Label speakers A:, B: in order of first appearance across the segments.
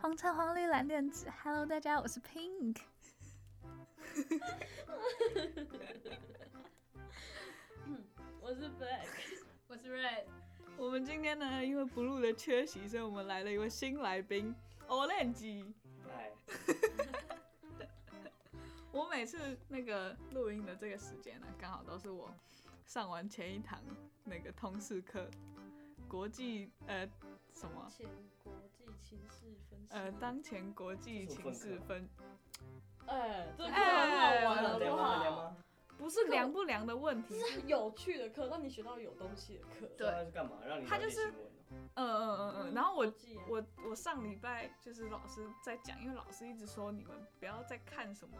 A: 红橙黄绿蓝靛紫，Hello，大家，我是 Pink。
B: 我是
C: 嗯
B: Black，
C: 我是 Red，
D: 我们今天呢，因为 Blue 的缺席，所以我们来了一位新来宾 Orange。
E: 哎，
D: 我每次那个录音的这个时间呢，刚好都是我上完前一堂那个通识课，国际呃什么
B: 前国际情势分析。
D: 呃当前国际情势分，
B: 哎，这课
D: 哎
B: 很好玩，好
D: 好
E: 对，
B: 不
E: 我们聊
B: 好？
E: 吗？
D: 不是凉不凉的问题，
B: 是有趣的课，让你学到有东西的课。
D: 对
E: 他是干嘛？让你
D: 他
E: 了解
D: 就是
E: 新闻哦
D: 嗯嗯嗯 嗯，然后我
B: 国际啊
D: 我我上礼拜就是老师在讲，因为老师一直说你们不要再看什么，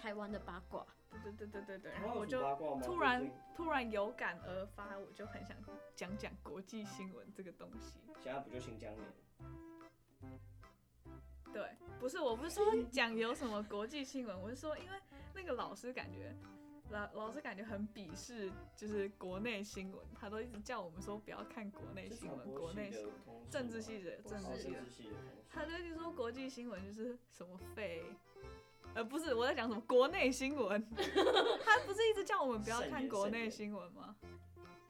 C: 台湾的八卦，
D: 对对对对对，
E: 台
D: 然
E: 湾
D: 后
E: 有
D: 我
E: 什
D: 就
E: 么八卦吗
D: 突然突然有感而发，我就很想讲讲国际新闻这个东西。
E: 现在不就新疆棉？
D: 对，不是我不是说讲有什么国际新闻，我是说因为那个老师感觉。老老师感觉很鄙视，就是国内新闻，他都一直叫我们说不要看国内
E: 是
D: 新
E: 传
D: 闻，
E: 播
D: 国
E: 系
D: 内
E: 的
D: 新
E: 同事
D: 政治
E: 吗
D: 系的
E: 哦
D: 政治系的
E: 政治系的同事
D: 他就一直说国际新闻就是什么废，呃，不是我在讲什么国内新 闻，他不是一直叫我们不要看国内新闻吗？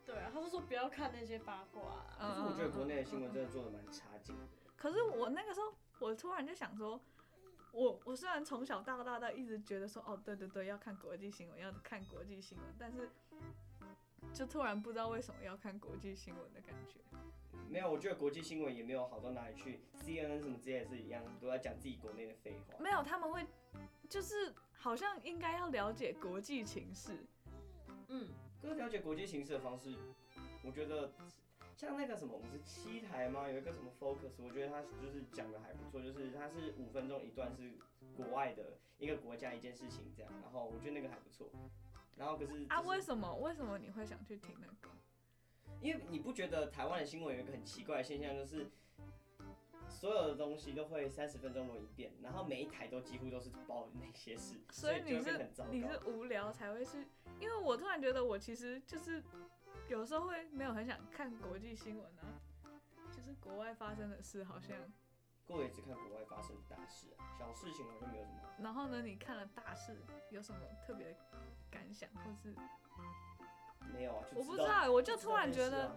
B: 对啊，他是说不要看那些八卦啊。
E: 可是我觉得国内的新
D: 嗯
E: 闻
D: 嗯嗯
E: 真的做的蛮差劲的，
D: 可是我那个时候，我突然就想说，我我虽然从小到大都一直觉得说，哦，对对对，要看国际新闻，要看国际新闻，但是就突然不知道为什么要看国际新闻的感觉。
E: 没有，我觉得国际新闻也没有好到哪里去，CNN 什么之类的是一样，都在讲自己国内的废话。
D: 没有，他们会就是好像应该要了解国际情势，
B: 嗯，
E: 可是了解国际形势的方式，我觉得像那个什么五十七台吗？有一个什么 Focus，我觉得它就是讲的还不错，就是它是五分钟一段是国外的一个国家一件事情这样，然后我觉得那个还不错。然后可是、
D: 啊，为什么为什么你会想去听那个？
E: 因为你不觉得台湾的新闻有一个很奇怪的现象，就是所有的东西都会三十分钟轮一遍，然后每一台都几乎都是报那些事，
D: 所以
E: 以就
D: 你
E: 会变得
D: 是
E: 很糟糕。
D: 你是无聊才会去，因为我突然觉得我其实就是有时候会没有很想看国际新闻啊，就是国外发生的事好像，
E: 过也只看国外发生的大事啊、小事情好像没有什么。
D: 然后呢你看了大事有什么特别的感想，或是
E: 没有啊，就
D: 我不知
E: 知道
D: 道，我就突
E: 啊
D: 然觉得，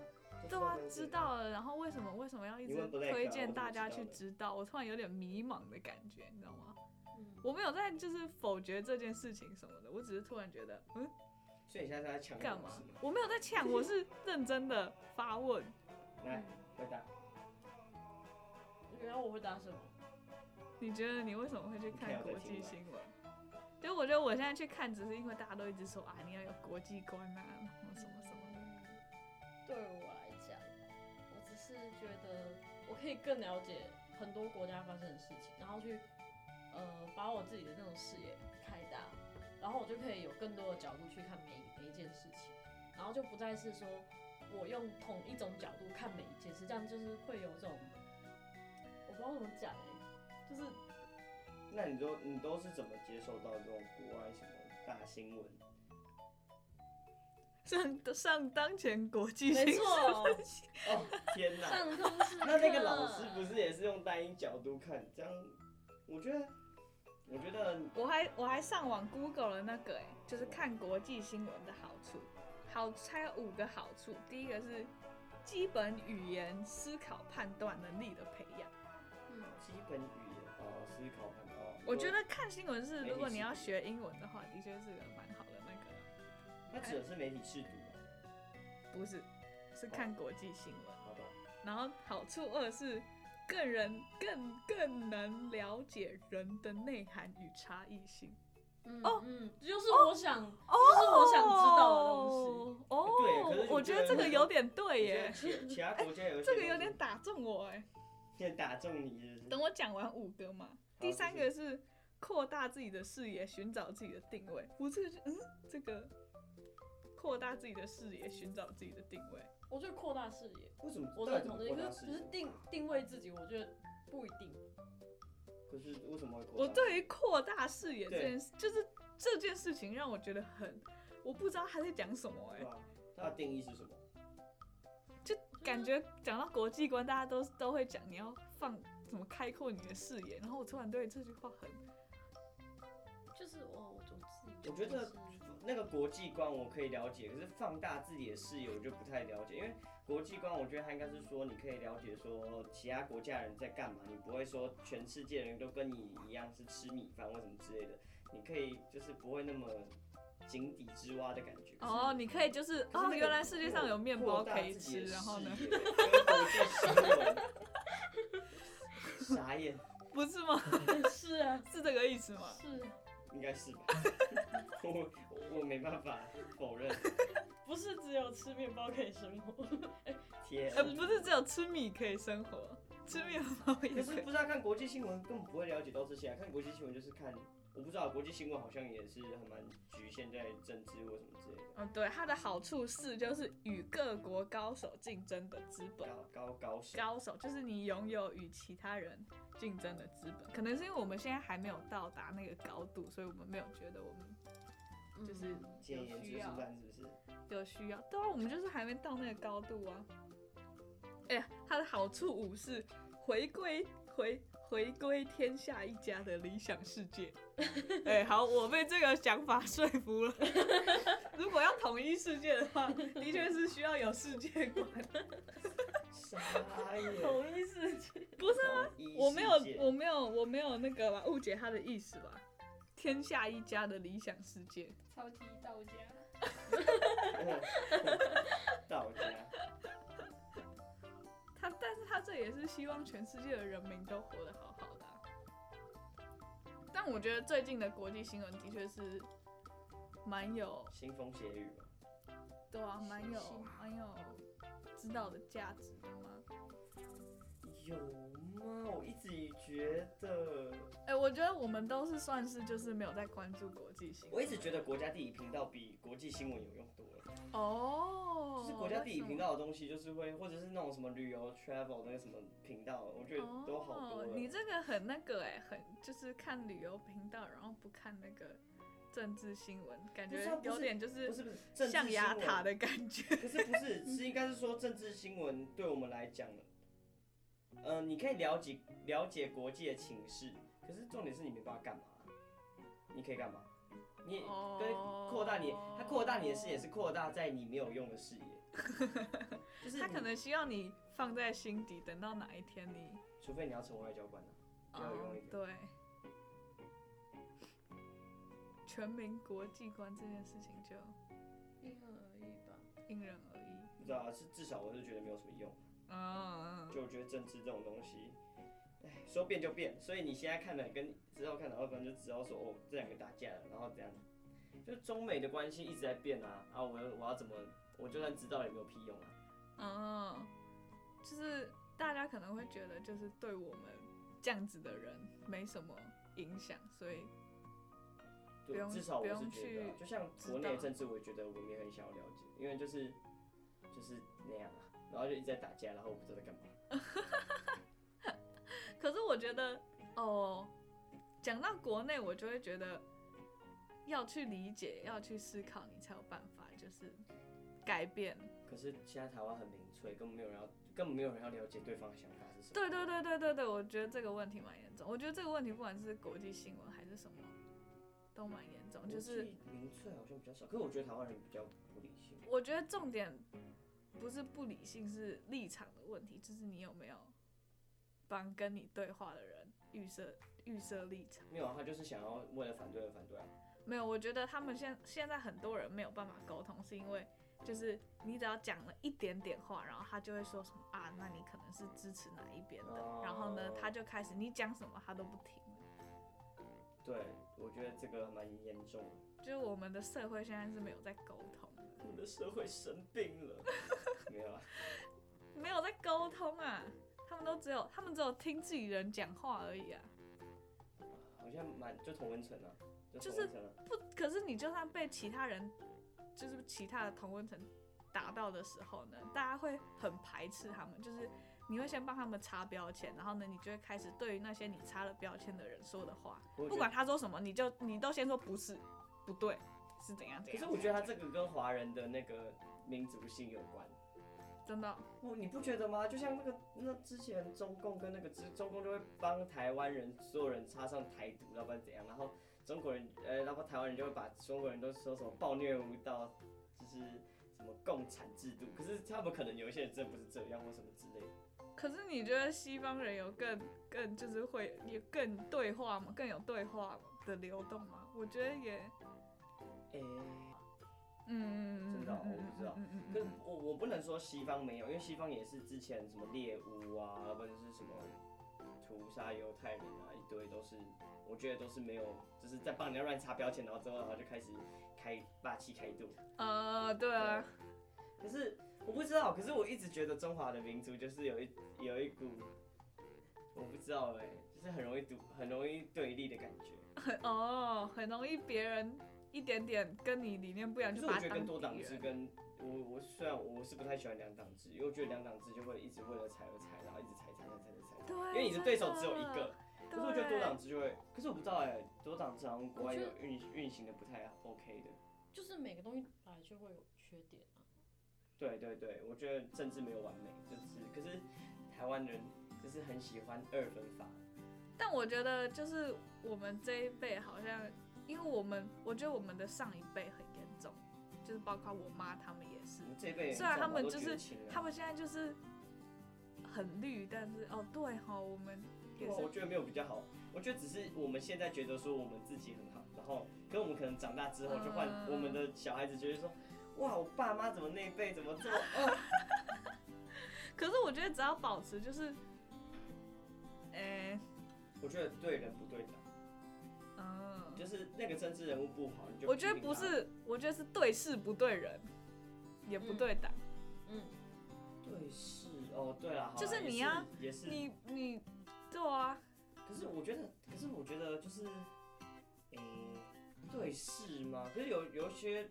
E: 知
D: 对
E: 道
D: 啊
E: 这件事啊，
D: 知道了，然后为什么为什么要一
E: 你
D: 直
E: 问 Blake 啊
D: 推荐大家
E: 我怎
D: 去
E: 么知道的
D: 知道？我突然有点迷茫的感觉，你知道吗？
B: 嗯
D: 我没有在就是否决这件事情什么的，我只是突然觉得，嗯，
E: 所以你现在在抢
D: 干
E: 我
D: 嘛
E: 是吗？
D: 我没有在抢，我是认真的发问。
E: 来
D: 哎
E: 回
D: 嗯
E: 答，
B: 嗯然后我会答什么？
D: 你觉得你为什么会去
E: 你
D: 看
E: 看我
D: 国
E: 在
D: 际
E: 听吗
D: 新闻？对，我觉得我现在去看，只是因为大家都一直说啊，你要有国际观啊，然后什么什么的。
B: 对我来讲，我只是觉得我可以更了解很多国家发生的事情，然后去呃把我自己的那种视野开大，然后我就可以有更多的角度去看每每一件事情，然后就不再是说我用同一种角度看每一件事，这样就是会有这种我不知道怎么讲哎、就是
E: 那你都你都是怎么接受到这种国外什么大 新闻？
D: 上上当前国际新
B: 没
D: 闻，
B: 错，
E: 哦，天哪！
B: 上通识课
E: 那那个老师不是也是用单一角度看？这样，我觉得，我觉得
D: 我还我还上网 Google 了那个、欸，就是看国际新闻的好处，好它有五个好处。第一个是基本语言思考判断能力的培养。
C: 嗯，
E: 基本语言哦，思考很哦。
D: 我觉得看新闻是，
E: 媒体
D: 如果你
E: 是
D: 要学英文的话，的确是个蛮好的那个，
E: 他指的是媒体啊试读吧？
D: 不是，是看国际新闻。
E: 好吧，
D: 然后好处二是更人更更能了解人的内涵与差异性。
C: 哦
B: 嗯，这就是我想，这是我想知道的东西。
D: 哦哦
E: 哎对可是
D: 我
E: 我
D: 觉
E: 觉
D: 得这
E: 得
D: 个有点对
E: 我觉得
D: 耶，
E: 其其他国家有一些
D: 这个有点
E: 东
D: 打中我哎。
E: 西有点打中你是不是，
D: 等我讲完五个嘛，第三个是扩大自己的视野，寻找自己的定位。我这个就嗯，这个扩大自己的视野，寻找自己的定位。
B: 我觉得扩大视野，
E: 为什么？
B: 我
E: 到
B: 认
E: 底怎
B: 同这
E: 么
B: 个，
E: 扩大
B: 可
E: 视
B: 是
E: 野
B: 可是定定位自己，我觉得不一定。
E: 可是为什么会扩大
D: 我对于扩大视野这件事，就是这件事情让我觉得很，我不知道他在讲什么哎、
E: 对吧？它的定义是什么？
D: 就感觉讲到国际观，大家都都会讲你要放怎么开阔你的视野。然后我突然对这句话很，
B: 就是我我我自己，
E: 我觉得那个国际观我可以了解，可是放大自己的视野我就不太了解，因为国际观我觉得它应该是说你可以了解说其他国家人在干嘛，你不会说全世界人都跟你一样是吃米饭或什么之类的，你可以就是不会那么井底之蛙的感觉。
D: 哦，你可以就是
E: 可是那
D: 哦，
E: 个
D: 原来世界上有面包
E: 扩大
D: 可以
E: 自己
D: 吃，
E: 的
D: 然后呢，
E: 视野跟国际新闻 傻眼，
D: 不是吗？
B: 是啊，
D: 是这个意思吗？
B: 是啊
E: 应该是吧？ 我我没办法否认，
B: 不是只有吃面包可以生活？
E: 天啊。
D: 呃，不是只有吃米可以生活，吃面包也
E: 可
D: 可
E: 是
D: 以。
E: 不知道看国际新闻根本不会了解到这些啊，看国际新闻就是看，我不知道国际新闻好像也是很蛮局限在政治或什么之类的，
D: 嗯，对，它的好处是就是与各国高手竞争的资本。
E: 高高高手，
D: 高手就是你拥有与其他人竞争的资本。可能是因为我们现在还没有到达那个高度，所以我们没有觉得我们
B: 嗯
D: 就是
E: 嗯简
D: 有
E: 言之
D: 需
E: 是
D: 要
E: 烂是不是？
D: 有需要。对啊，我们就是还没到那个高度啊。哎、呀，它的好处五是回归回回归天下一家的理想世界。哎、好，我被这个想法说服了。 如果要统一世界的话，的确是需要有世界观。
E: 傻
B: 同
E: 眼，
B: 一世界，
D: 不是
E: 一
D: 我没有
E: 世界，
D: 我没有，我没有那个吧，误解他的意思吧。天下一家的理想世界，
C: 超级道家，
E: 道家，
D: 他但是他这也是希望全世界的人民都活得好好的啊、但我觉得最近的国际新闻的确是蛮有，
E: 腥风血雨嘛，
D: 对啊，蛮有
C: 是
D: 蛮有知道的价值的嘛。
E: 有吗？我一直觉得，
D: 哎、我觉得我们都是算是就是没有在关注国际新闻。
E: 我一直觉得国家地理频道比国际新闻有用多了，
D: 哦，
E: 就是国家地理频
D: 道。
E: 道的东西，就是会或者是那种什么旅游 travel 那个什么频道，我觉得都好多
D: 哦
E: 了。
D: 你这个很那个哎、很就是看旅游频道，然后不看那个政治新闻，感
E: 不
D: 觉
E: 是啊不
D: 有
E: 是
D: 点就是
E: 不是不是政治
D: 象牙
E: 新闻
D: 塔的感觉。
E: 可是不是，是应该是说政治新闻对我们来讲，呃，你可以了解了解国际的情势，可是重点是你没办法干嘛，你可以干嘛？你
D: 哦
E: 跟扩大你，它扩大你的视野是扩大在你没有用的视野， 就是
D: 他可
E: 你
D: 能希望你放在心底，等到哪一天你哦
E: 除非你要成为外交官啊，比较有用一点。
D: 对全民国际观这件事情就
B: 因人而异吧。
D: 因人而异。
E: 不知道啊，是至少我是觉得没有什么用，
D: 嗯，嗯
E: 就我觉得政治这种东西。哎，说变就变，所以你现在看的跟之后看的二分就知道说哦，这两个打架了，然后怎样就中美的关系一直在变啊啊！我我要怎么，我就算知道了也没有屁用啊！
D: 嗯，就是大家可能会觉得，就是对我们这样子的人没什么影响，所以不
E: 对
D: 用，
E: 至少我
D: 不用
E: 是觉得啊、
D: 去
E: 就像
D: 知
E: 国内
D: 道
E: 的政治，我也觉得我们也很想要了解，因为就是就是那样啊，然后就一直在打架，然后我不知道在干嘛。
D: 可是我觉得，哦，讲到国内，我就会觉得要去理解，要去思考，你才有办法就是改变。
E: 可是现在台湾很民粹，根本没有人要，根本没有人要了解对方的想法是什么。
D: 对对对对对对，我觉得这个问题蛮严重。我觉得这个问题不管是国际新闻还是什么，都蛮严重。
E: 国
D: 就是
E: 际民粹好像比较少，可是我觉得台湾人比较不理性。
D: 我觉得重点不是不理性，是立场的问题，就是你有没有帮跟你对话的人预设预设立场。
E: 没有啊，他就是想要为了反对而反对啊。
D: 没有，我觉得他们现现在很多人没有办法沟通，是因为就是你只要讲了一点点话，然后他就会说什么啊，那你可能是支持哪一边的，
E: 哦
D: 然后呢，他就开始你讲什么他都不听了。
E: 对，我觉得这个蛮严重 的。
D: 就是我们的社会现在是没有在沟通的，
E: 我们的社会生病了，没有啊？
D: 没有在沟通啊，他们都只有他们只有听自己人讲话而已啊。
E: 好像蛮就同温层啊，就
D: 就
E: 同
D: 是
E: 温层啊。
D: 不，可是你就算被其他人，就是其他的同温层打到的时候呢，大家会很排斥他们，就是你会先帮他们擦标签，然后呢，你就会开始对于那些你擦了标签的人说的话，
E: 我觉得
D: 不管他说什么，你就你都先说不是，不对，是怎样怎
E: 可
D: 样。
E: 是我觉得他这个跟华人的那个民族性有关，
D: 真的哦、
E: 不，你不觉得吗？就像那个那之前中共跟那个中中共就会帮台湾人所有人插上台独，要不然怎样？然后中国人呃，然后台湾人就会把中国人都说什么暴虐无道，就是什么共产制度。可是他们可能有一些人真的不是这样或什么之类的。
D: 可是你觉得西方人有更更就是会也更对话吗？更有对话的流动吗？我觉得也，
E: 哎、
D: 嗯，
E: 真的哦我不知道
D: 嗯嗯嗯
E: 可是
D: 嗯
E: 我我不能说西方没有，因为西方也是之前什么猎巫啊，要不然就是什么屠杀犹太人啊，一堆都是，我觉得都是没有，就是在帮人家乱插标签，然后之后然后就开始开霸气开度。
D: 嗯呃，对啊，
E: 可是我不知道，可是我一直觉得中华的民族就是有一有一股，我不知道哎、就是很容易独很容易对立的感觉。
D: 很哦，很容易别人一点点跟啊你理念不一样
E: 可是
D: 就
E: 我
D: 把
E: 觉
D: 他
E: 得跟多
D: 当
E: 党
D: 敌
E: 制
D: 人。
E: 跟我我虽然我是不太喜欢两党制，因为我觉得两党制就会一直为了踩而踩，然后一直踩踩踩踩踩踩，
D: 对，
E: 因为你的对手只有一
D: 真的
E: 个。。可是我觉得
D: 对
E: 多
D: 啊
E: 党制就会，可是我不知道哎、多党制好像国外
B: 我觉
E: 有
B: 得
E: 运运行的不太 OK 的。
B: 就是每个东西本来就会有缺点啊。
E: 对对对，我觉得政治没有完美，就是可是台湾人就是很喜欢二分法，
D: 但我觉得就是我们这一辈好像，因为我们我觉得我们的上一辈很严重，就是包括我妈他们也是
E: 我，们这一辈人
D: 虽然
E: 上
D: 他
E: 网
D: 们
E: 都
D: 就
E: 绝
D: 是
E: 情了
D: 他们现在就是很绿，但是哦对哈，我们也
E: 对啊
D: 是
E: 我觉得没有比较好，我觉得只是我们现在觉得说我们自己很好，然后跟我们可能长大之后就换
D: 嗯
E: 我们的小孩子觉得说，哇，我爸妈怎么那一辈怎么这么
D: 啊
E: 哦，
D: 可是我觉得只要保持就是，诶、
E: 我觉得对人不对党，
D: 嗯，
E: 就是那个政治人物不好，你就
D: 我觉得
E: 批评
D: 不
E: 他，
D: 是，我觉得是对事不对人，也不对党。
B: 嗯，
E: 对是哦，对了，好啦
D: 就是你
E: 也
D: 啊
E: 也是，
D: 你你对啊，
E: 可是我觉得，可是我觉得就是，诶、对事吗？可是有有一些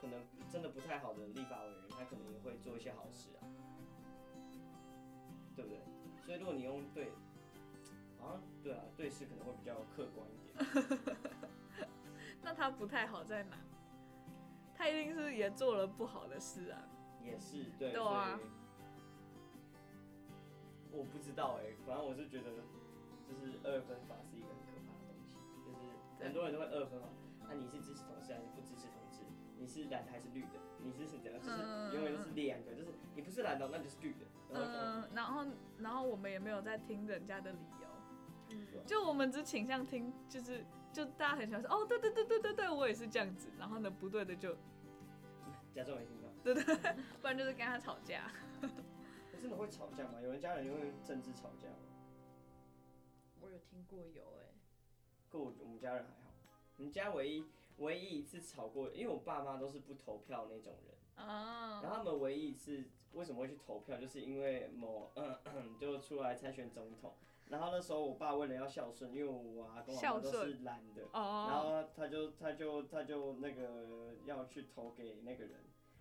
E: 可能真的不太好的立法委员，他可能也会做一些好事啊，对不对？所以如果你用对，好像对啊，对事可能会比较客观一点。
D: 那他不太好在哪？他一定是也做了不好的事啊。
E: 也是对，
D: 对啊
E: 所以我不知道哎、反正我是觉得，就是二分法是一个很可怕的东西，就是
D: 对
E: 很多人都会二分法。那、你是支持同志还是不支持同志？你是蓝的还是绿的？你是怎样？就是
D: 嗯
E: 永远都是两个，就是你不是蓝的，那你就是绿的。然后反正
D: 嗯，然后然后我们也没有在听人家的理由，
C: 嗯
D: 就我们只倾向听，就是就大家很喜欢说哦，对对对对对对，我也是这样子。然后呢，不对的就，
E: 假装没听到。
D: 不然就是跟他吵架。
E: 可真的会吵架吗？有人家人会政治吵架吗？
B: 我有听过有哎、
E: 跟我我们家人还好，我们家唯一唯一一次吵过，因为我爸妈都是不投票那种人。
D: 啊
E: 然后他们唯一一次为什么会去投票，就是因为某 嗯就出来参选总统。然后那时候我爸为了要孝顺，因为我阿公阿妈
D: 孝
E: 都
D: 顺
E: 是懒的，然
D: 哦，
E: 后他就他就他就那个要去投给那个人，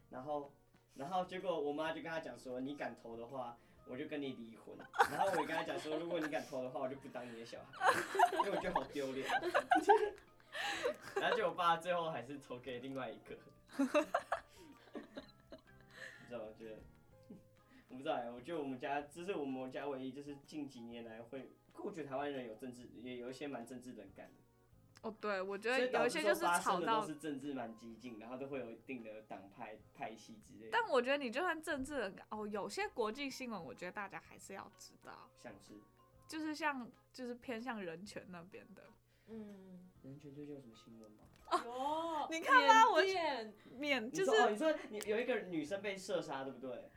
E: 然后然后结果我妈就跟他讲说，你敢投的话，我就跟你离婚。然后我也跟他讲说，如果你敢投的话，我就不当你的小孩，因为我觉得好丢脸。然后就我爸最后还是投给另外一个，你知道吗？觉得。我不知道哎、我觉得我们家这是我们家唯一就是近几年来会，可我觉得台湾人有政治也有一些蛮政治冷感的。
D: 哦，对，我觉
E: 所
D: 得
E: 以导
D: 有一
E: 致
D: 些
E: 说
D: 就是
E: 发
D: 吵
E: 生的
D: 到
E: 都是政治蛮激进，然后都会有一定的党派派系之类的，
D: 但我觉得你就算政治人哦，有些国际新闻，我觉得大家还是要知道，
E: 像是
D: 就是像就是偏向人权那边的
B: 嗯，
E: 人权最近有什么新闻吗？
B: 有，
D: 你看吧我
B: 缅甸
D: 面，
E: 你
D: 就
E: 说哦，
D: 是
E: 你说你有一个女生被射杀，对不对？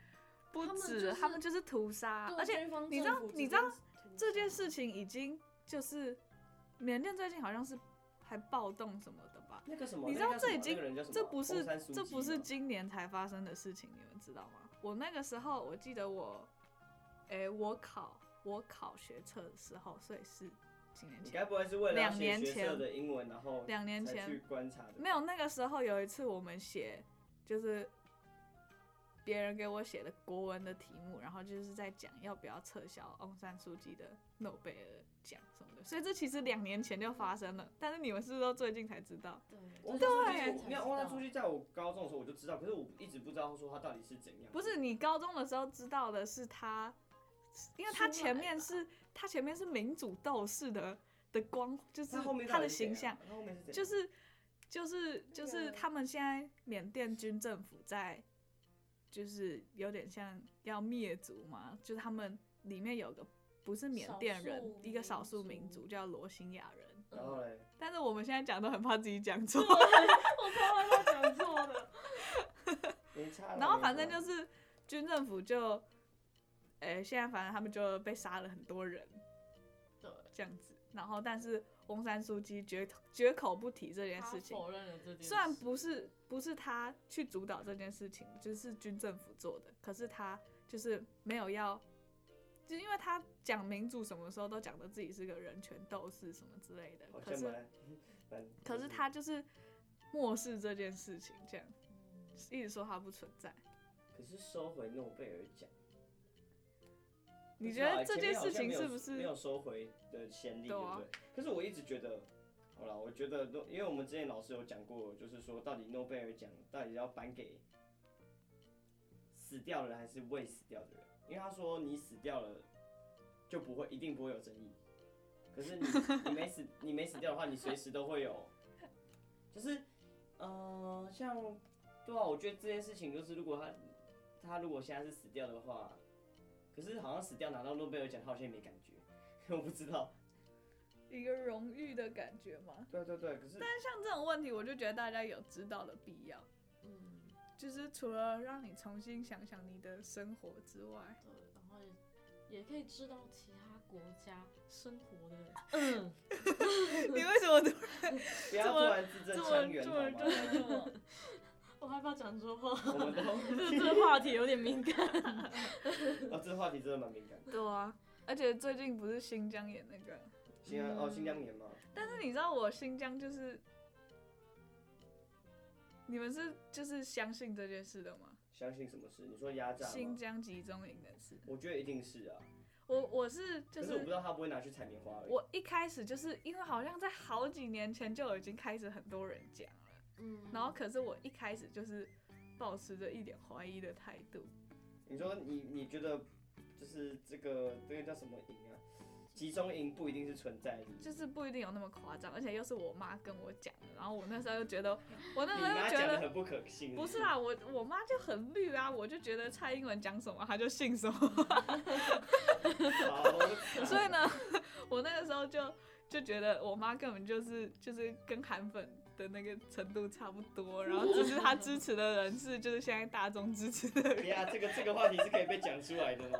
D: 不
B: 他们
D: 止
B: 就
D: 他
B: 是
D: 们就是屠杀，
B: 对
D: 而且
B: 军方
D: 你知
B: 政
D: 道
B: 府
D: 你
B: 之
D: 知道
B: 间屠
D: 这件
B: 杀
D: 事情已经就是缅甸最近好像是还暴动什么的吧，
E: 那个什么，
D: 你知道
E: 那个叫什
D: 这
E: 么
D: 已经
E: 那个人叫什么
D: 这不
E: 翁
D: 是
E: 山苏姬
D: 这不是
E: 吗
D: 今年才发生的事情，你们知道吗？我那个时候我记得我，诶，我考我考学测的时候，所以是几年
E: 你
D: 前，
E: 该不会是为了要
D: 两
E: 写
D: 年
E: 学测
D: 前
E: 的英文，然后
D: 两年
E: 才去
D: 前
E: 观察的？
D: 没有。那个时候有一次我们写就是别人给我写的国文的题目，然后就是在讲要不要撤销翁山书记的诺贝尔奖什么的，所以这其实两年前就发生了，但是你们是不是都最近才知道？
B: 对，
E: 我
B: 这
E: 忘
B: 就是最
E: 记
B: 近
E: 出
B: 才
E: 没有
B: 知哎
E: 忘
B: 道
E: 记出去，在我高中的时候我就知道，可是我一直不知道说它到底是怎样。
D: 不是你高中的时候知道的是他，因为他前面是他前面是民主斗士的的光，就是
E: 它后面
D: 他
E: 到
D: 的
E: 底是啊怎
D: 形象
E: 样，，它后面是怎样？
D: 就是就是就
B: 那
D: 是
B: 个
D: 他们现在缅甸军政府在，就是有点像要灭族嘛，就是他们里面有个不是缅
B: 少
D: 甸人
B: 数，
D: 一个少数
B: 民
D: 民
B: 族
D: 族叫罗兴亚人，
E: 然后嘞，
D: 但是我们现在讲都很怕自己讲错，
B: 我超害怕讲错 的。
E: 没差啦。
D: 然后
E: 没
D: 反
E: 差
D: 正就是军政府就，呃，现在反正他们就被杀了很多人，
B: 对，
D: 这样子。然后但是翁山书记绝绝口不提这件
B: 他
D: 事情，
B: 否认了这件事，
D: 虽然不是不是他去主导这件事情，就是军政府做的，可是他就是没有要，就因为他讲民主什么时候都讲的自己是个人权斗士什么之类的
E: 好，
D: 可
E: 像
D: 是
E: 蛮，蛮
D: 可是他，就是漠视这件事情，这样
B: 嗯
D: 一直说他不存在。
E: 可是收回诺贝尔奖，
D: 你
E: 不知
D: 觉
E: 道
D: 得
E: 欸
D: 这
E: 前
D: 件
E: 面好
D: 事
E: 像
D: 情
E: 没有
D: 是不是
E: 没有收回的先
D: 对
E: 例，对
D: 啊
E: 不对？可是我一直觉得，好了，我觉得诺，因为我们之前老师有讲过，就是说到底诺贝尔奖到底要颁给死掉的人还是未死掉的人？因为他说你死掉了就不会，一定不会有争议。可 是你你没死，你没死掉的话，你随时都会有，就是呃，像对啊，我觉得这件事情就是如果他他如果现在是死掉的话，可是好像死掉拿到诺贝尔奖，他好像也没感觉， 我不知道。
D: 一个荣誉的感觉吗？
E: 对对对，可是
D: 像这种问题，我就觉得大家有知道的必要，
B: 嗯，
D: 就是除了让你重新想想你的生活之 外，
B: 对，然后也也可以知道其他国家生活的，嗯，
D: 你为什么突
E: 不要突然字正
B: 这
E: 腔
B: 么
E: 圆
B: 这么
E: 好吗？
B: 对我，我害怕讲错话，
E: 我们都
B: 这 这个话题有点敏感。
E: 哦，这个话题真的蛮敏感的。
D: 对啊，而且最近不是新疆也那个，
E: 新疆哦，新疆棉嘛，
D: 但是你知道我新疆就是，你们是就是相信这件事的吗？
E: 相信什么事？你说压榨
D: 新
E: 吗？
D: 疆集中营的事，
E: 我觉得一定是啊，
D: 我我是就
E: 可是我不
D: 是
E: 知道他不会拿去采棉花而已。
D: 我一开始就是因为好像在好几年前就已经开始很多人讲了，
C: 嗯，
D: 然后可是我一开始就是保持着一点怀疑的态度。
E: 你说你你觉得就是这个这个叫什么营啊？集中营不一定是存在的，
D: 就是不一定有那么夸张，而且又是我妈跟我讲的，然后我那时候又觉得，我那
E: 你
D: 时候
E: 妈
D: 又觉
E: 讲的
D: 得
E: 很不可信。
D: 不是啊啦，我我妈就很绿啊，我就觉得蔡英文讲什么她就信什么，
E: 好，
D: 所以呢， 我那个时候就就觉得我妈根本就是就是跟韩粉的那个程度差不多，然后只是她支持的人是就是现在大众支持的
E: 哎
D: 人，
E: 呀，这个这个话题是可以被讲出来的吗？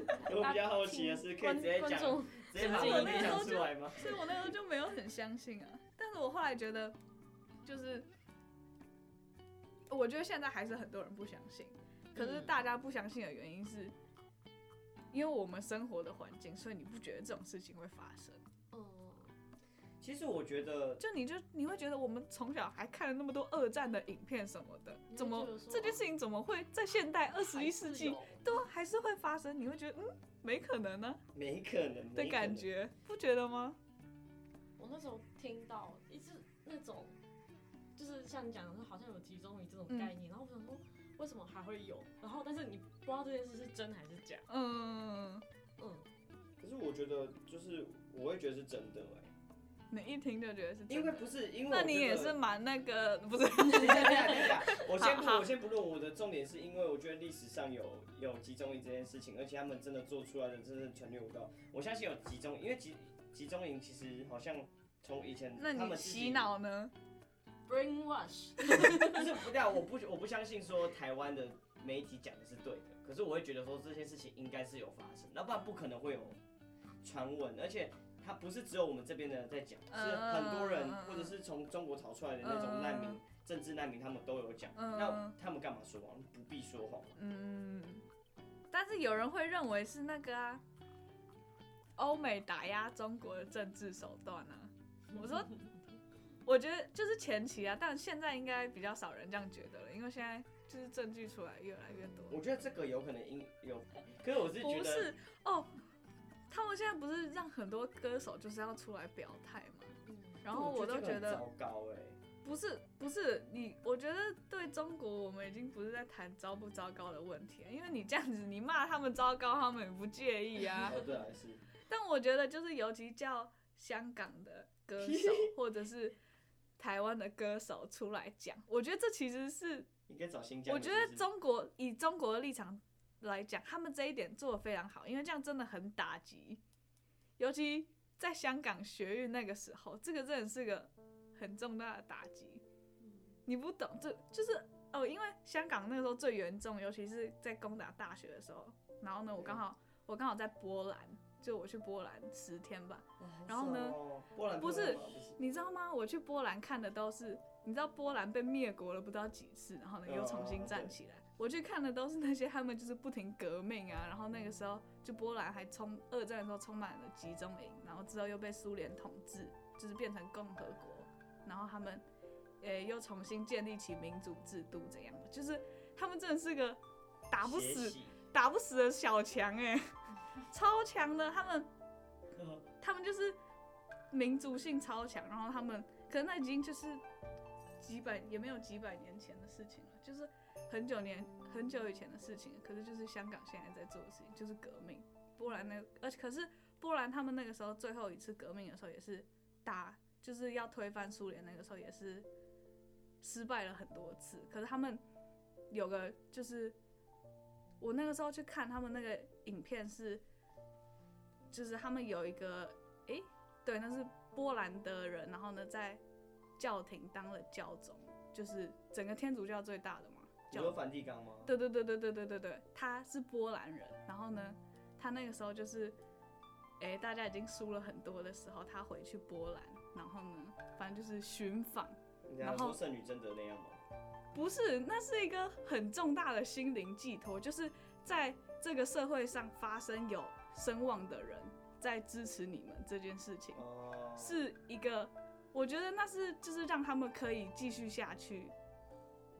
E: 我比较好奇的是，可以直接
B: 观
E: 讲，
B: 众
E: 直接把名字讲出来吗？
D: 所以我那时候就没有很相信啊。 但是我后来觉得，就是我觉得现在还是很多人不相信，可
B: 嗯
D: 是大家不相信的原因是，因为我们生活的环境，所以你不觉得这种事情会发生。
C: 嗯，
E: 其实我觉得，
D: 就你就你会觉得我们从小还看了那么多二战的影片什么的，
B: 你会
D: 怎么
B: 觉得说
D: 这件事情怎么会在现代二十一世纪
B: 对，
D: 都还是会发生？你会觉得嗯，没可能呢、
E: 没可能
D: 的感。觉，不觉得吗？
B: 我那时候听到一直那种，就是像你讲的，好像有集中营这种
D: 嗯
B: 概念，然后我想说为什么还会有，然后但是你不知道这件事是真还是假，
D: 嗯，
B: 嗯，
E: 可是我觉得，就是我会觉得是真的哎，
D: 你一听就觉得是真的。
E: 因为不是因为
D: 那
E: 我
D: 你
E: 觉
D: 也
E: 得哎
D: 是 蛮那个，不是？
E: 等一下，等一下，等一下，我先不，
D: 好好
E: 我先不论。我的重点是因为我觉得历史上有有集中营这件事情，而且他们真的做出来的真的传流广告。我相信有集中，因为集集中营其实好像从以前
D: 那
E: 他
D: 你
E: 们自己
D: 洗，脑呢？
B: brainwash，
E: 不是不对啊，我不我不相信说台湾的媒体讲的是对的，可是我会觉得说这件事情应该是有发生，要不然不可能会有传闻，而且。它不是只有我们这边的人在讲，是很多人
D: 嗯嗯嗯嗯
E: 或者是从中国逃出来的那种难民、
D: 嗯
E: 政治难民，他们都有讲。那
D: 嗯
E: 他们干嘛说谎？不必说谎。
D: 嗯，但是有人会认为是那个啊，欧美打压中国的政治手段啊。我说，我觉得就是前期啊，但现在应该比较少人这样觉得了，因为现在就是证据出来越来越多。
E: 我觉得这个有可能因有，可是我是觉
D: 不
E: 得
D: 是哦，他们现在不是让很多歌手就是要出来表态吗？
B: 嗯，
D: 然后我都觉
E: 这个很
D: 得
E: 糟糕哎、
D: 不是不是你，我觉得对中国我们已经不是在谈糟不糟糕的问题了，因为你这样子你骂他们糟糕，他们也不介意 啊。
E: 哦对啊，是
D: 但我觉得就是尤其叫香港的歌手或者是台湾的歌手出来讲，我觉得这其实是
E: 应该找新疆
D: 我
E: 的。
D: 觉
E: 是
D: 得
E: 不是
D: 中国以中国的立场来讲，他们这一点做的非常好，因为这样真的很打击，尤其在香港学运那个时候，这个真的是个很重大的打击。你不懂，这就是哦，因为香港那个时候最严重，尤其是在攻打大学的时候。然后呢，我刚好我刚好在波兰，就我去波兰十天吧，然后呢
E: 哦波兰
D: 不是
E: 波兰吗不是
D: 你知道吗？我去波兰看的都是，你知道波兰被灭国了不知道几次，然后呢
E: 嗯
D: 又重新站起来。我去看的都是那些他们就是不停革命啊，然后那个时候就波兰还充二战的时候充满了集中营，然后之后又被苏联统治，就是变成共和国，然后他们呃又重新建立起民主制度，怎样？就是他们真的是个打不
E: 血
D: 死
E: 洗
D: 打不死的小强哎、 超强的他们。
E: 嗯
D: 他们就是民族性超强，然后他们可能那已经就是几百也没有几百年前的事情了，就是很久年很久以前的事情了。可是就是香港现在在做的事情就是革命，波兰那而且可是波兰他们那个时候最后一次革命的时候也是打，就是要推翻苏联那个时候也是失败了很多次，可是他们有个就是。我那个时候去看他们那个影片是，就是他们有一个，诶、对，那是波兰的人，然后呢在教廷当了教宗，就是整个天主教最大的嘛，
E: 你
D: 教
E: 说梵蒂冈吗？
D: 对对对对对对对对，他是波兰人，然后呢，他那个时候就是，诶，大家已经输了很多的时候，他回去波兰，然后呢，反正就是寻访，
E: 你要
D: 然后
E: 说圣女贞德那样吗？
D: 不是，那是一个很重大的心灵寄托，就是在这个社会上发生有声望的人在支持你们这件事情，
E: 哦，
D: 是一个，我觉得那是就是让他们可以继续下去，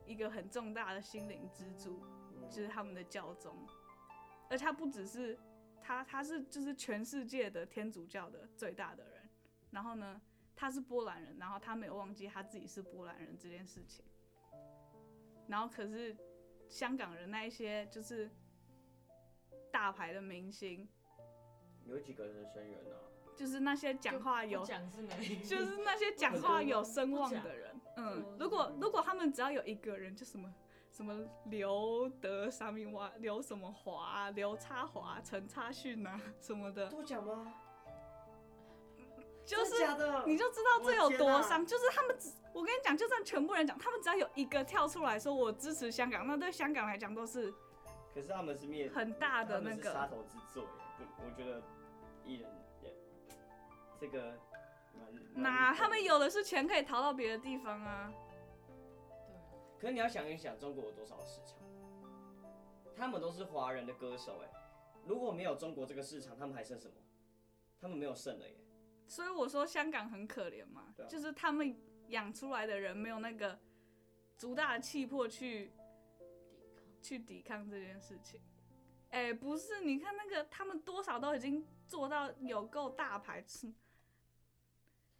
D: 一个很重大的心灵支柱，
E: 嗯
D: 就是他们的教宗，而且他不只是他，他是就是全世界的天主教的最大的人，然后呢，他是波兰人，然后他没有忘记他自己是波兰人这件事情。然后可是香港人那一些就是大牌的明星，
E: 有几个人生源啊？
D: 就是那些讲话
B: 不
D: 啊有，
B: 讲是没，
D: 就是那些讲话有声望
B: 不
D: 的
B: 讲
D: 人，
B: 嗯
D: 嗯，如果如果他们只要有一个人，就什么什么刘德啥名哇，刘什么华啊、刘插华、陈插训啊什么的，
E: 多讲吗？
D: 就是
E: 真的假的，
D: 你就知道这有
E: 我
D: 多
E: 的天
D: 伤。就是他们只，我跟你讲，就算全部人讲，他们只要有一个跳出来说我支持香港，那对香港来讲都是
E: 可是他们是灭
D: 很大的
E: 他们
D: 那
E: 是
D: 个
E: 杀头之罪耶，不，我觉得艺人也这个蛮
D: 哪，
E: 蛮
D: 他们有的是钱可以逃到别的地方啊。
E: 可是你要想一想，中国有多少市场？他们都是华人的歌手，哎，如果没有中国这个市场，他们还剩什么？他们没有剩了耶。
D: 所以我说香港很可怜嘛
E: 对啊，
D: 就是他们养出来的人没有那个足大的气魄去去抵抗这件事情。哎、不是，你看那个他们多少都已经做到有够大牌，是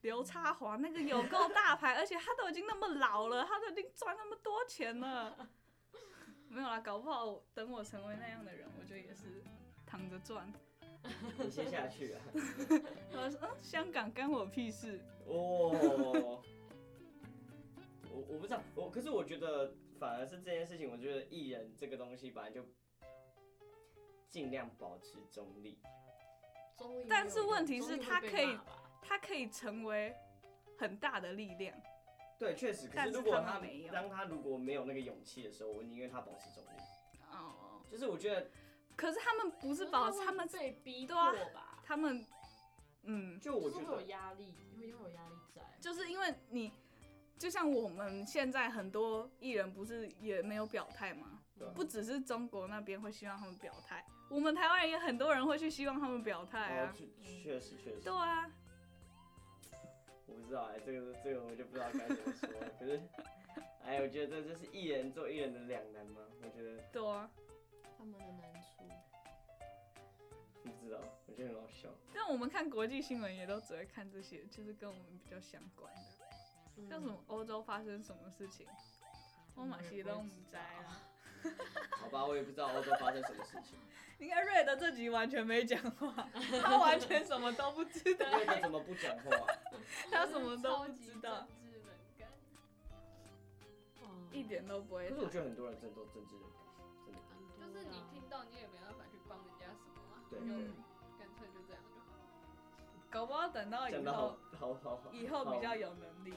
D: 刘插华那个有够大 牌，而且他都已经那么老了，他都已经赚那么多钱了。没有啦，搞不好我等我成为那样的人，我就也是躺着赚。
E: 你先下去啊！
D: 我说，嗯，香港干我屁事。
E: 哦，我我不知道，我可是我觉得反而是这件事情，我觉得艺人这个东西本来就尽量保持中立。
B: 综艺
D: 但是
B: 没有
D: 问题
B: 综
D: 是
B: 艺会
D: 他
B: 被
D: 可以
B: 骂吧
D: 它可以成为很大的力量。
E: 对，确实。可
D: 但
E: 是
D: 是
E: 如果
D: 他
E: 他
D: 们没有
E: 当他如果没有那个勇气的时候，我宁愿他保持中立。
D: 哦，
E: 就是我觉得，
D: 可是他们不是保，他们
B: 被逼
D: 对
B: 迫
D: 啊
B: 吧，
D: 他们，嗯，
E: 就
B: 就
E: 我
B: 是
E: 觉
B: 会有
E: 得，
B: 压力，因为会有压力在。
D: 就是因为你，就像我们现在很多艺人不是也没有表态吗？
E: 对啊
D: 不只是中国那边会希望他们表态，我们台湾人也很多人会去希望他们表态
E: 哦
D: 啊。
E: 确确实确实，
D: 对啊，
E: 我不知道哎、这个这个我就不知道该怎么说了。可是， 哎，我觉得这就是艺人做艺人的两难嘛。我觉得
D: 对啊，
B: 他们的难处，
E: 不知知道，我觉得很好笑。
D: 但我们看国际新闻也都只会看这些，就是跟我们比较相关的，像什么欧洲发生什么事情，嗯我马西都不知道啊。
E: 好吧，我也不知道欧洲发生什么事情。
D: 你看瑞德这集完全没讲话，他完全什么都不知道，
E: 瑞德怎么不讲话、
D: 他什么都不知道，
C: 超级政治敏感。
D: 一点都不会
E: 可
D: 谈。
E: 是我觉得很多人真的都政治敏感，真的。
C: 就是你听到你也没办法去帮人家什么啊，
E: 对，
D: 嗯，
C: 干脆就这样就好了。
D: 搞不好等到
E: 讲
D: 以
E: 的
D: 后
E: 好好好好，
D: 以后比较有能力。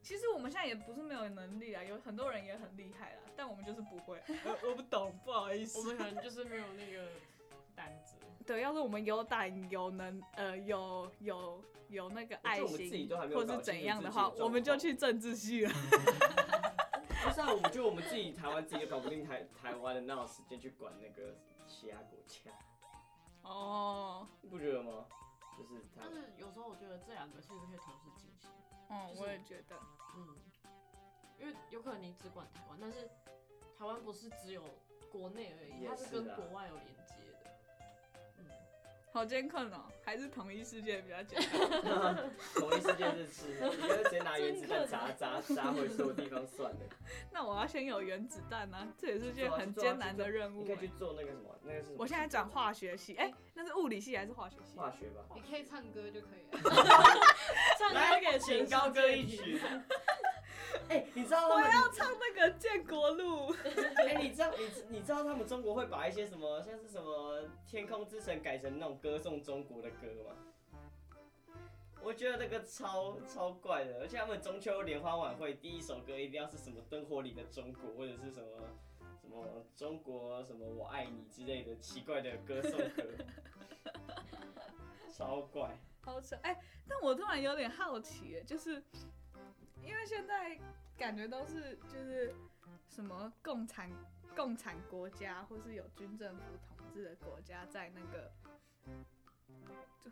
D: 其实我们现在也不是没有能力啊，有很多人也很厉害啦，但我们就是不 会，我我不懂，不好意
B: 我
D: 思。
B: 们可能就是没有那个胆子，
D: 对，要是我们有胆有能，呃，有有有那个爱
E: 我觉得我们自己
D: 心
E: 都还没，有
D: 或
E: 搞
D: 是
E: 清楚
D: 怎样
E: 自
D: 的
E: 己
D: 话，
E: 的状
D: 我们就
E: 况
D: 去政治系 了。
E: 不是啊，我觉得我们自己台湾自己都搞不定台台湾的，哪有时间去管那个其他国家？
D: 哦，
E: 你不觉得吗？就是他
B: 但是有时候我觉得这两个其实可以同时进行。
D: 嗯，
B: 就是
D: 我也觉得，
B: 嗯，因为有可能你只管台湾，但是台湾不是只有国内而已，
E: 也
B: 它
E: 是
B: 是跟
E: 啊
B: 国外有连接的。嗯，
D: 好艰困哦，还是统一世界比较简单。嗯
E: 同一世界是吃，你觉得谁拿原子弹砸砸砸回所有地方算 了？
D: 那我要先有原子弹啊，这也是件
E: 做啊
D: 很
E: 做啊
D: 艰难的任务
E: 你可以
D: 欸。
E: 去做那个什么，那个是什么
D: 我现在转化学系，哎，那是物理系还是化学系？
E: 化学吧。
C: 你可以唱歌就可以了。
B: 唱
E: 来
B: 歌给全
E: 请高
B: 世界
E: 歌一
B: 听
E: 曲。 哎、你知道他
D: 我
E: 们？
D: 要唱那个《建国路》。
E: 哎、你知道你知你知道他们中国会把一些什么像是什么《天空之城》改成那种歌颂中国的歌吗？我觉得那个超超怪的，而且他们中秋联欢晚会第一首歌一定要是什么灯火里的中国，或者是什么什么中国什么我爱你之类的奇怪的歌颂歌， 超怪。
D: 好扯哎、但我突然有点好奇耶，就是因为现在感觉都是就是什么共产共产国家，或是有军政府统治的国家，在那个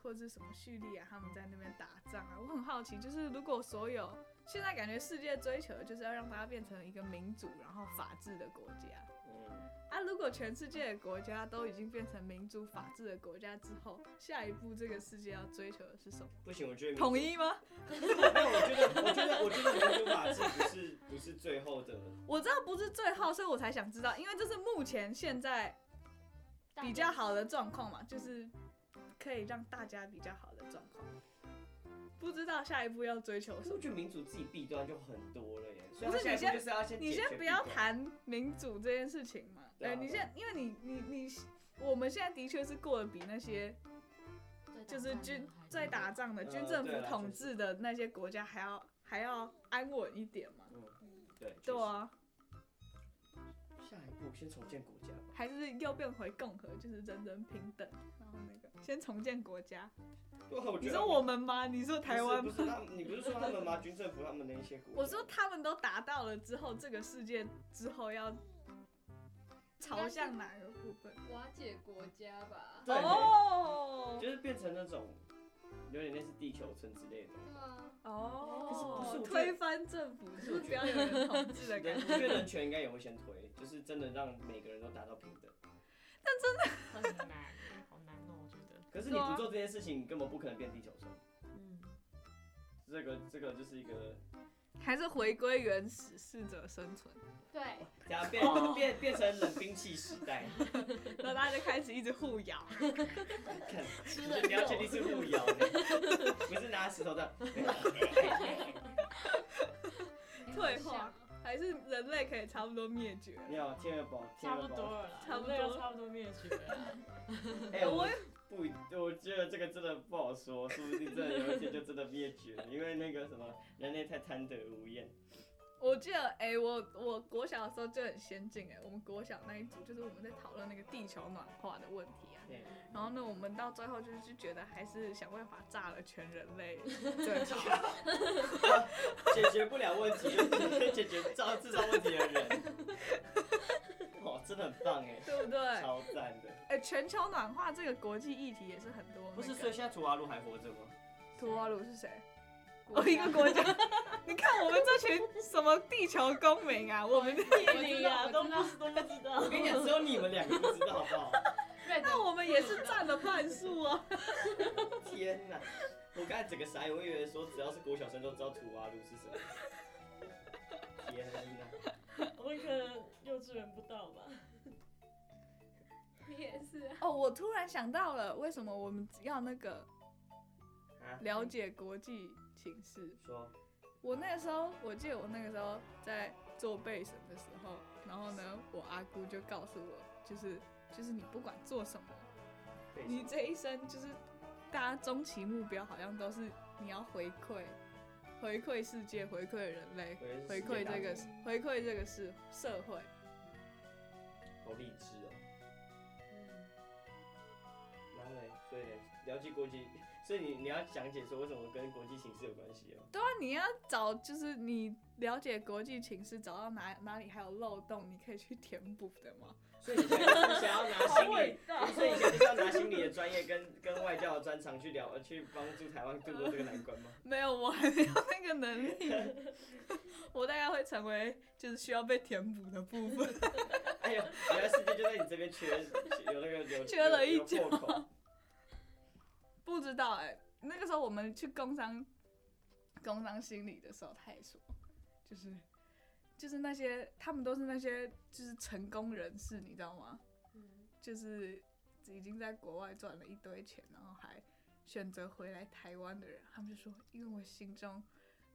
D: 或是什么叙利亚，他们在那边打仗啊。我很好奇，就是如果所有现在感觉世界追求的就是要让大家变成一个民主然后法治的国家，
E: 嗯，
D: 啊，如果全世界的国家都已经变成民主法治的国家之后，下一步这个世界要追求的是什么？
E: 不行，我觉得 民
D: 统一吗？
E: 没有，我觉得我觉得我觉得民主法治不是不是最后的，
D: 我知道不是最好，所以我才想知道，因为这是目前现在比较好的状况嘛，就是可以让大家比较好的状况。不知道下一步要追求
E: 可
D: 什
E: 是
D: 么
E: 我。觉得民主自己弊端就很多了耶，所以
D: 不
E: 他
D: 是
E: 下
D: 你
E: 一步
D: 先
E: 就是要先
D: 你
E: 解决
D: 先不
E: 弊
D: 要
E: 端，
D: 谈民主这件事情嘛，
E: 对啊
D: 呃，你现因为你你你，我们现在的确是过得比那些就是军在打仗的
E: 嗯
D: 军政府
E: 对啦
D: 统治的那些国家还要还要安稳一点嘛？
E: 对
D: 对啊，
E: 确实下一步先重建国家吧。
D: 还是又变回共和，就是人人平等，然后那个先重建国家。
E: 对啊，我
D: 你
E: 觉得
D: 说我们吗？你说
E: 不是
D: 台湾
E: 不
D: 吗？
E: 是他们，你不是说他们吗？军政府他们那一些国，
D: 我说他们都达到了之后，这个世界之后要朝向哪个部分？
C: 瓦解国家吧。
E: 对
D: 哦
E: 就是变成那种有点类似地球村之类的东西。
C: 对啊，
E: 可是
D: 哦
E: 我觉得
D: 推翻政府，就是不要有人统治的感
E: 人
D: 觉。
E: 我觉得人权应该也会先推， 就是真的让每个人都达到平等。
B: 很难，好难哦，我觉得。
E: 可是你
D: 对啊
E: 不做这件事情，你根本不可能变地球村。
B: 嗯，
E: 这个这个就是一个，
D: 还是回归原始，适者生存。
C: 对，
E: 等下
D: 哦
E: 变变变成冷兵器时代。
D: 然后大家就开始一直互咬，
E: 看
B: 吃
E: 你要确定是互咬的，不是拿石头 的。
D: 退化 还是人类可以差不多灭绝了？
E: 你好，天鹅堡，天
B: 差不
E: 鹅
B: 多
E: 堡。
B: 了啦，
D: 差不多
B: 人类要差不多灭绝了 啦。
E: 哎、我不一，我觉得这个真的不好说，说不定真的有一天就真的灭绝了，因为那个什么，人类太贪得无厌。
D: 我记得，哎、我我国小的时候就很先进，哎，我们国小那一组就是我们在讨论那个地球暖化的问题啊。
E: 对，
D: 然后呢，我们到最后就是觉得还是想办法炸了全人 类最好。
E: 解决不了问题， 就是解决造制造问题的人。哇，真的很棒哎，
D: 对不对？哎、
E: 超赞的。
D: 全球暖化这个国际议题也是很多、那个
E: 不是，所以现在图瓦路还活着吗？
D: 图瓦鲁是 谁？
C: 啊
D: 哦，一个国家。 你看我们这群什么地球公 民啊，我们
B: 地理啊，都不都不知道
E: 我。跟你讲，只有你们两个不知道，好不好？
D: 那我们也是占了半数啊。
E: 天哪！我刚才整个傻眼，我以为说只要是国小生都知道土蛙路是什么。天哪！
B: 我们可能幼稚园不到吧。
C: 你也是啊，
D: 哦，我突然想到了，为什么我们要那个
E: 啊，
D: 了解国际情势？
E: 说
D: 我那个时候，我记得我那个时候在做备审的时候，然后呢，我阿姑就告诉我，就是就是你不管做什么，
E: 对
D: 你这一生就是大家终极目标好像都是你要回馈，回馈世界，回馈人类，回馈这个回馈这个是社会。
E: 好励志哦。
B: 嗯，
E: 然后嘞，所以嘞了解国际，所以你你要讲解说为什么跟国际形势有关系哦。
D: 对啊，你要找就是你了解国际情势，找到哪哪里还有漏洞，你可以去填补的嘛。
E: 所以你想你想要拿啊心理，
B: 大
E: 所以你想就是要拿心理的专业跟 跟外交的专长去聊，去帮助台湾度过这个 难关吗？
D: 没有，我还没有那个能力， 我大概会成为就是需要被填补的部分。
E: 哎呦，原来世界就在你这边缺有那个有
D: 缺了一
E: 有有破口。
D: 不知道哎、那个时候我们去工商工商心理的时候，他也说，就是就是那些他们都是那些就是成功人士，你知道吗？
B: 嗯
D: 就是已经在国外赚了一堆钱，然后还选择回来台湾的人，他们就说，因为我心中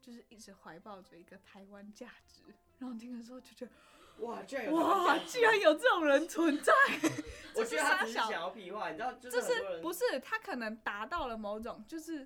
D: 就是一直怀抱着一个台湾价值。然后我听的时候就觉得，
E: 哇，居然有
D: 哇，
E: 这种价值啊
D: 居然有这种人存在，
E: 我
D: 这
E: 觉
D: 是
E: 得
D: 傻
E: 他只是
D: 小
E: 想要屁话，你知道，就
D: 就是
E: 很多
D: 是
E: 人嗯
D: 不是他可能达到了某种，就是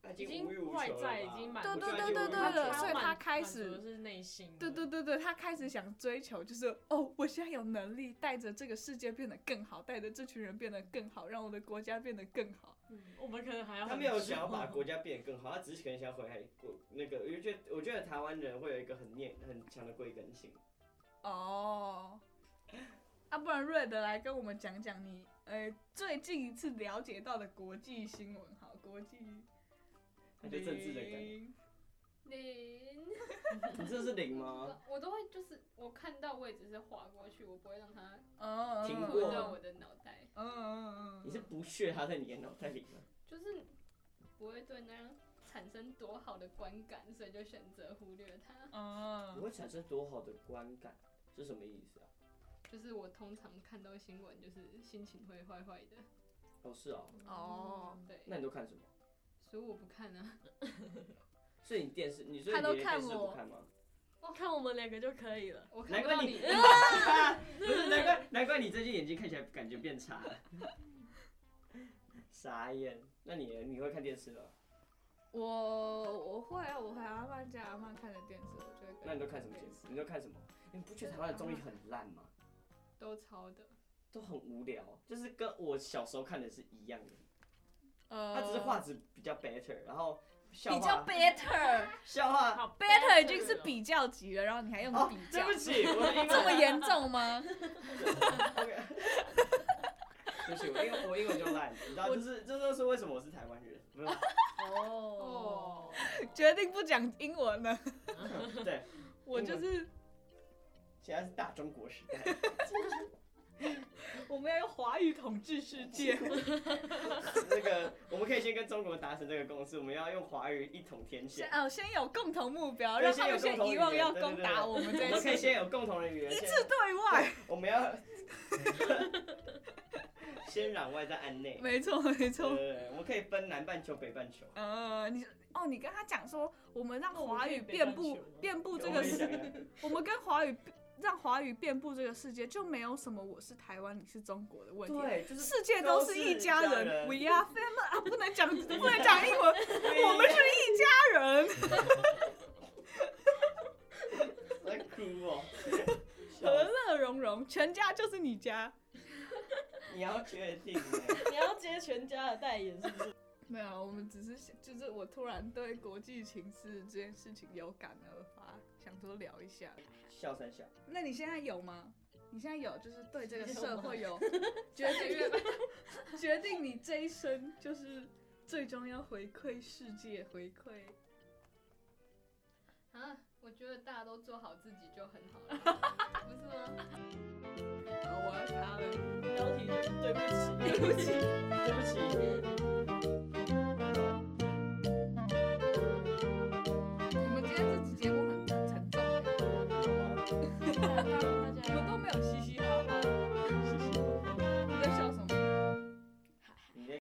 E: 他已
B: 已
E: 经无欲
B: 经
E: 无
B: 外
E: 求了吧
B: 在已经满
D: 对
B: 足，
D: 对
E: 我
D: 对
E: 觉得
D: 对
E: 已经无
D: 对
E: 欲
D: 对，
E: 无求
D: 所以
B: 满
D: 他开
B: 满足的
D: 始，
B: 是内心的，
D: 对对对对，他开始想追求，就是哦，我现在有能力带着这个世界变得更好，带着这群人变得更好，让我的国家变得更好。
B: 嗯，我们可能还要
E: 他
B: 很
E: 没有
B: 久
E: 想要 把国家变得更好，他只是可能想要回来过那个。我觉得，我觉得台湾人会有一个很念很强的归根性。
D: 哦，啊，不然瑞德来跟我们讲讲你呃最近一次了解到的国际新闻，好，国际
E: 他就政治的感觉
D: 零
C: 零，
E: 你这是零吗？
C: 我都会就是我看到我也只是划过去，我不会让它
D: 嗯，
E: 听
D: 嗯
E: 过
C: 滚
E: 啊
D: 嗯
C: 到我的脑袋，
D: 嗯嗯嗯
E: 你是不屑他在你的脑袋里吗？
C: 就是不会对那样产生多好的观感，所以就选择忽略它。
D: 嗯
E: 你
D: 嗯，
E: 会产生多好的观感？是什么意思啊？
C: 就是我通常看到新闻，就是心情会坏坏的，
E: 哦，是哦，
D: 哦，
C: 对，
E: 那你都看什么？
C: 所以我不看啊。
E: 所以你电视，你所以
D: 他
E: 你
D: 都
E: 连
D: 看
E: 电视
D: 我
E: 不看吗？
B: 我 看我们两个就可以了。
C: 我看
E: 难
C: 不
E: 怪
C: 到
E: 你，
C: 你，
E: 不是 难怪难怪你最近眼睛看起来感觉变差 了，傻眼。那你呢你会看电视了？
D: 我我会啊，我会阿妈家阿妈看的电视，我就会跟
E: 那你都看什么电视？你都看什么？你不觉得台湾的综艺很烂吗？
C: 都抄的，
E: 都很无聊，就是跟我小时候看的是一样的。
D: 呃，
E: 它只是画质比较 better，然后笑
D: 比较
E: 话
D: better
E: 笑话。
B: 好
D: better 已经是比较级了，然后你还用
E: 哦
D: 比，
E: 对
D: 较
E: 不，起，我的英文
D: 这么严重吗？
E: OK 对不起，我英文我英文就烂，你知道，就是这就是为什么我是台湾人，没有
D: 哦，
C: 哦，
D: 决定不讲英文了，
E: 对，
D: 我就是。
E: 现在是大中国时代，
D: 我们要用华语统治世界。
E: 那个我们可以先跟中国达成这个共识，我们要用华语一统天
D: 先
E: 下，
D: 哦，先有共同目标，
E: 对
D: 让他们
E: 先
D: 先
E: 有共同
D: 遗忘
E: 语言
D: 要攻打我们
E: 我
D: 这
E: 们可
D: 一
E: 以
D: 次。
E: 先有共同的语言，
D: 啊一
E: 先
D: 致对外，
E: 我们要 先攘外再安内，
D: 没错没
E: 对
D: 错。
E: 对对，我们可以分南半球北半球。
D: 呃，你哦，你跟他讲说，我们让
B: 那我们
D: 华
B: 可以
D: 语
B: 北
D: 遍
B: 半
D: 布
B: 球吗
D: 遍布这
E: 我
D: 个
E: 跟你讲
D: 世，
E: 一下
D: 我们跟华语让华语遍布这个世界，就没有什么我是台湾，你是中国的问题。
E: 对，就是
D: 世界都是一家
E: 都是一家人
D: 人，We are family 啊！不能讲，不能讲英文，我们是一家人。
E: 在哭哦。
D: 和乐融融，全家就是你家。
E: 你要确定欸，
B: 你要接全家的代言是不是？
D: 没有，我们只是想，就是我突然对国际情势这件事情有感而发，想说聊一下。
E: 笑三笑，
D: 那你现在有吗？你现在有，就是对这个社会有 决
C: 越来越
D: 定， 决定你这一生就是最终要回馈世界，回馈。
C: 啊，我觉得大家都做好自己就很好了，不是吗？
D: 啊，我要擦了。
B: 标题就是对不起，
E: 对不起，对不起。
D: 我们今天这期节目很很沉重，
B: 大家
D: 我们都没有嘻嘻哈哈的。